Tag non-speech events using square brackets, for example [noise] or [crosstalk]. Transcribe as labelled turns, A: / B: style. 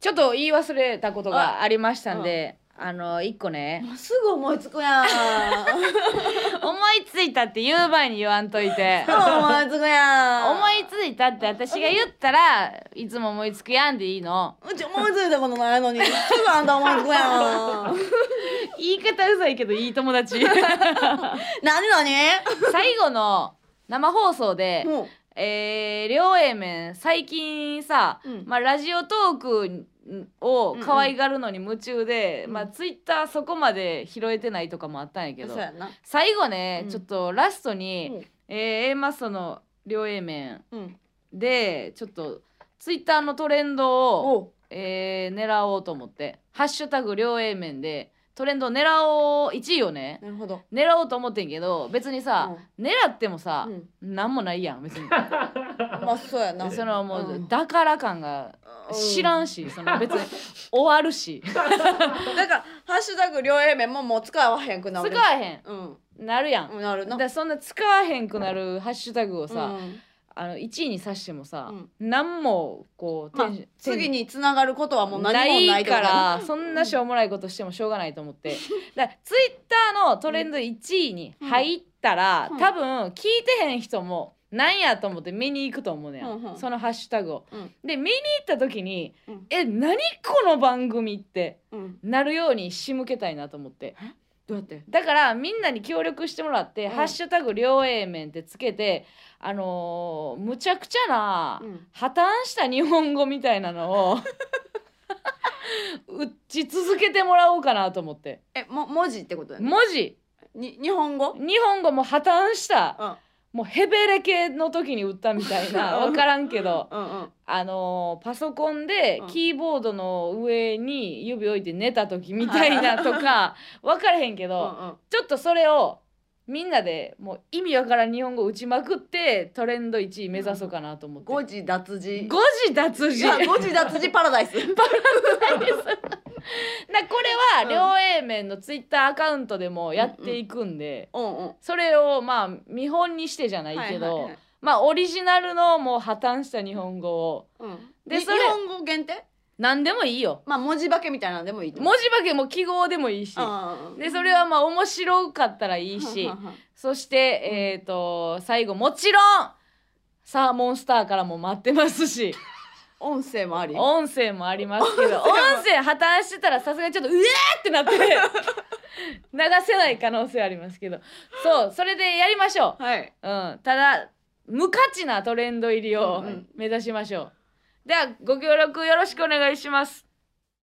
A: ちょっと言い忘れたことがありましたんで、あの一個ね
B: もうすぐ思いつく
A: [laughs]
B: やん
A: 思いついたって言う前に言わんとい [laughs] て
B: 思いつくやん
A: 思いついたって私が言ったらいつも思いつくやんでいいの
B: うち思いついたことないのにすぐあんた思いつくやん
A: [laughs] 言い方うざいけどいい友達
B: 何何
A: [laughs] 最後の生放送で、
B: もう
A: えー両 A 面最近さ、
B: うん
A: まあ、ラジオトークを可愛がるのに夢中で、
B: うん
A: まあ、ツイッターそこまで拾えてないとかもあったんやけど
B: そうやな
A: 最後ね、
B: うん
A: ちょっとラストに、えー A マストの両 A 面
B: うん
A: でちょっとツイッターのトレンドを
B: おう
A: えー狙おうと思って「ハッシュタグ両 A 面」でトレンドを狙おう1位をね
B: なるほど
A: 狙おうと思ってんけど別にさ、狙ってもさ
B: う、ん
A: なんもないやん別
B: [laughs]
A: に
B: まあそうやな
A: そのもう、
B: うん
A: だから感が知ら
B: ん
A: んし、その別に終わるし
B: だから「ハッシュタグ両 A 面」ももう使わへんく [laughs] な
A: 使
B: る
A: わへ
B: うん
A: んなるやん、
B: うんなる
A: だ
B: な
A: からそんな使わへんくなるハッシュタグをさ、
B: うん
A: あの1位にさしてもさ、
B: う
A: なんもこう、
B: まあ
A: テンション
B: 次に繋がることはもう何もないって
A: か
B: ことやな
A: らそんなしょうもないことしてもしょうがないと思ってだからツイッターのトレンド1位に入ったら、
B: うん
A: 多分聞いてへん人もなんやと思って見に行くと思うねん、
B: うんうん
A: そのハッシュタグを。
B: うん
A: で見に行った時に「
B: うん
A: え何この番組」って
B: うん
A: なるように仕向けたいなと思って。
B: どうやって
A: だからみんなに協力してもらって「
B: うん
A: ハッシュタグ両 A 面」ってつけてあのーむちゃくちゃな、
B: うん
A: 破綻した日本語みたいなのを打ち続けてもらおうかなと思って
B: えも文字ってことやね
A: 文字
B: に日本語
A: 日本語も破綻した
B: うん
A: もうヘベレ系の時に打ったみたい
B: [laughs]
A: な
B: うん
A: 分からんけど
B: うんうん
A: あのーパソコンで
B: うん
A: キーボードの上に指置いて寝た時みたいなと
B: [laughs]
A: か分からへんけ
B: う
A: ど
B: ん
A: ちょっとそれをみんなでもう意味わからん日本語打ちまくってトレンド1位目指そうかなと思って。
B: 誤字脱字
A: 誤字脱字
B: あ誤字脱 [laughs] 字パラダイス
A: [laughs] なこれは両 A 面のツイッターアカウントでもやっていくんで、
B: うんうん
A: それをまあ見本にしてじゃないけど、
B: はいはいはい
A: まあオリジナルのもう破綻した日本語を
B: うん
A: で
B: で
A: そ
B: 日
A: れ
B: 本語限定
A: 何でもいいよ
B: まあ文字化けみたいなのでもいいと
A: 文
B: 思う
A: 字化けも記号でもいいし、
B: あー
A: でそれはまあ面白かったらいいし
B: はんはんはん
A: そしてえっ、と最後もちろんサーモンスターからも待ってますし
B: 音声もあり
A: 音声もありますけ
B: [laughs]
A: ど音声破綻してたらさすがにちょっとうえーってなって流せない可能性ありますけどそうそれでやりましょ
B: はい、
A: う、うん、ただ無価値なトレンド入りを
B: うんうん
A: 目指しましょう、ではご協力よろしくお願いします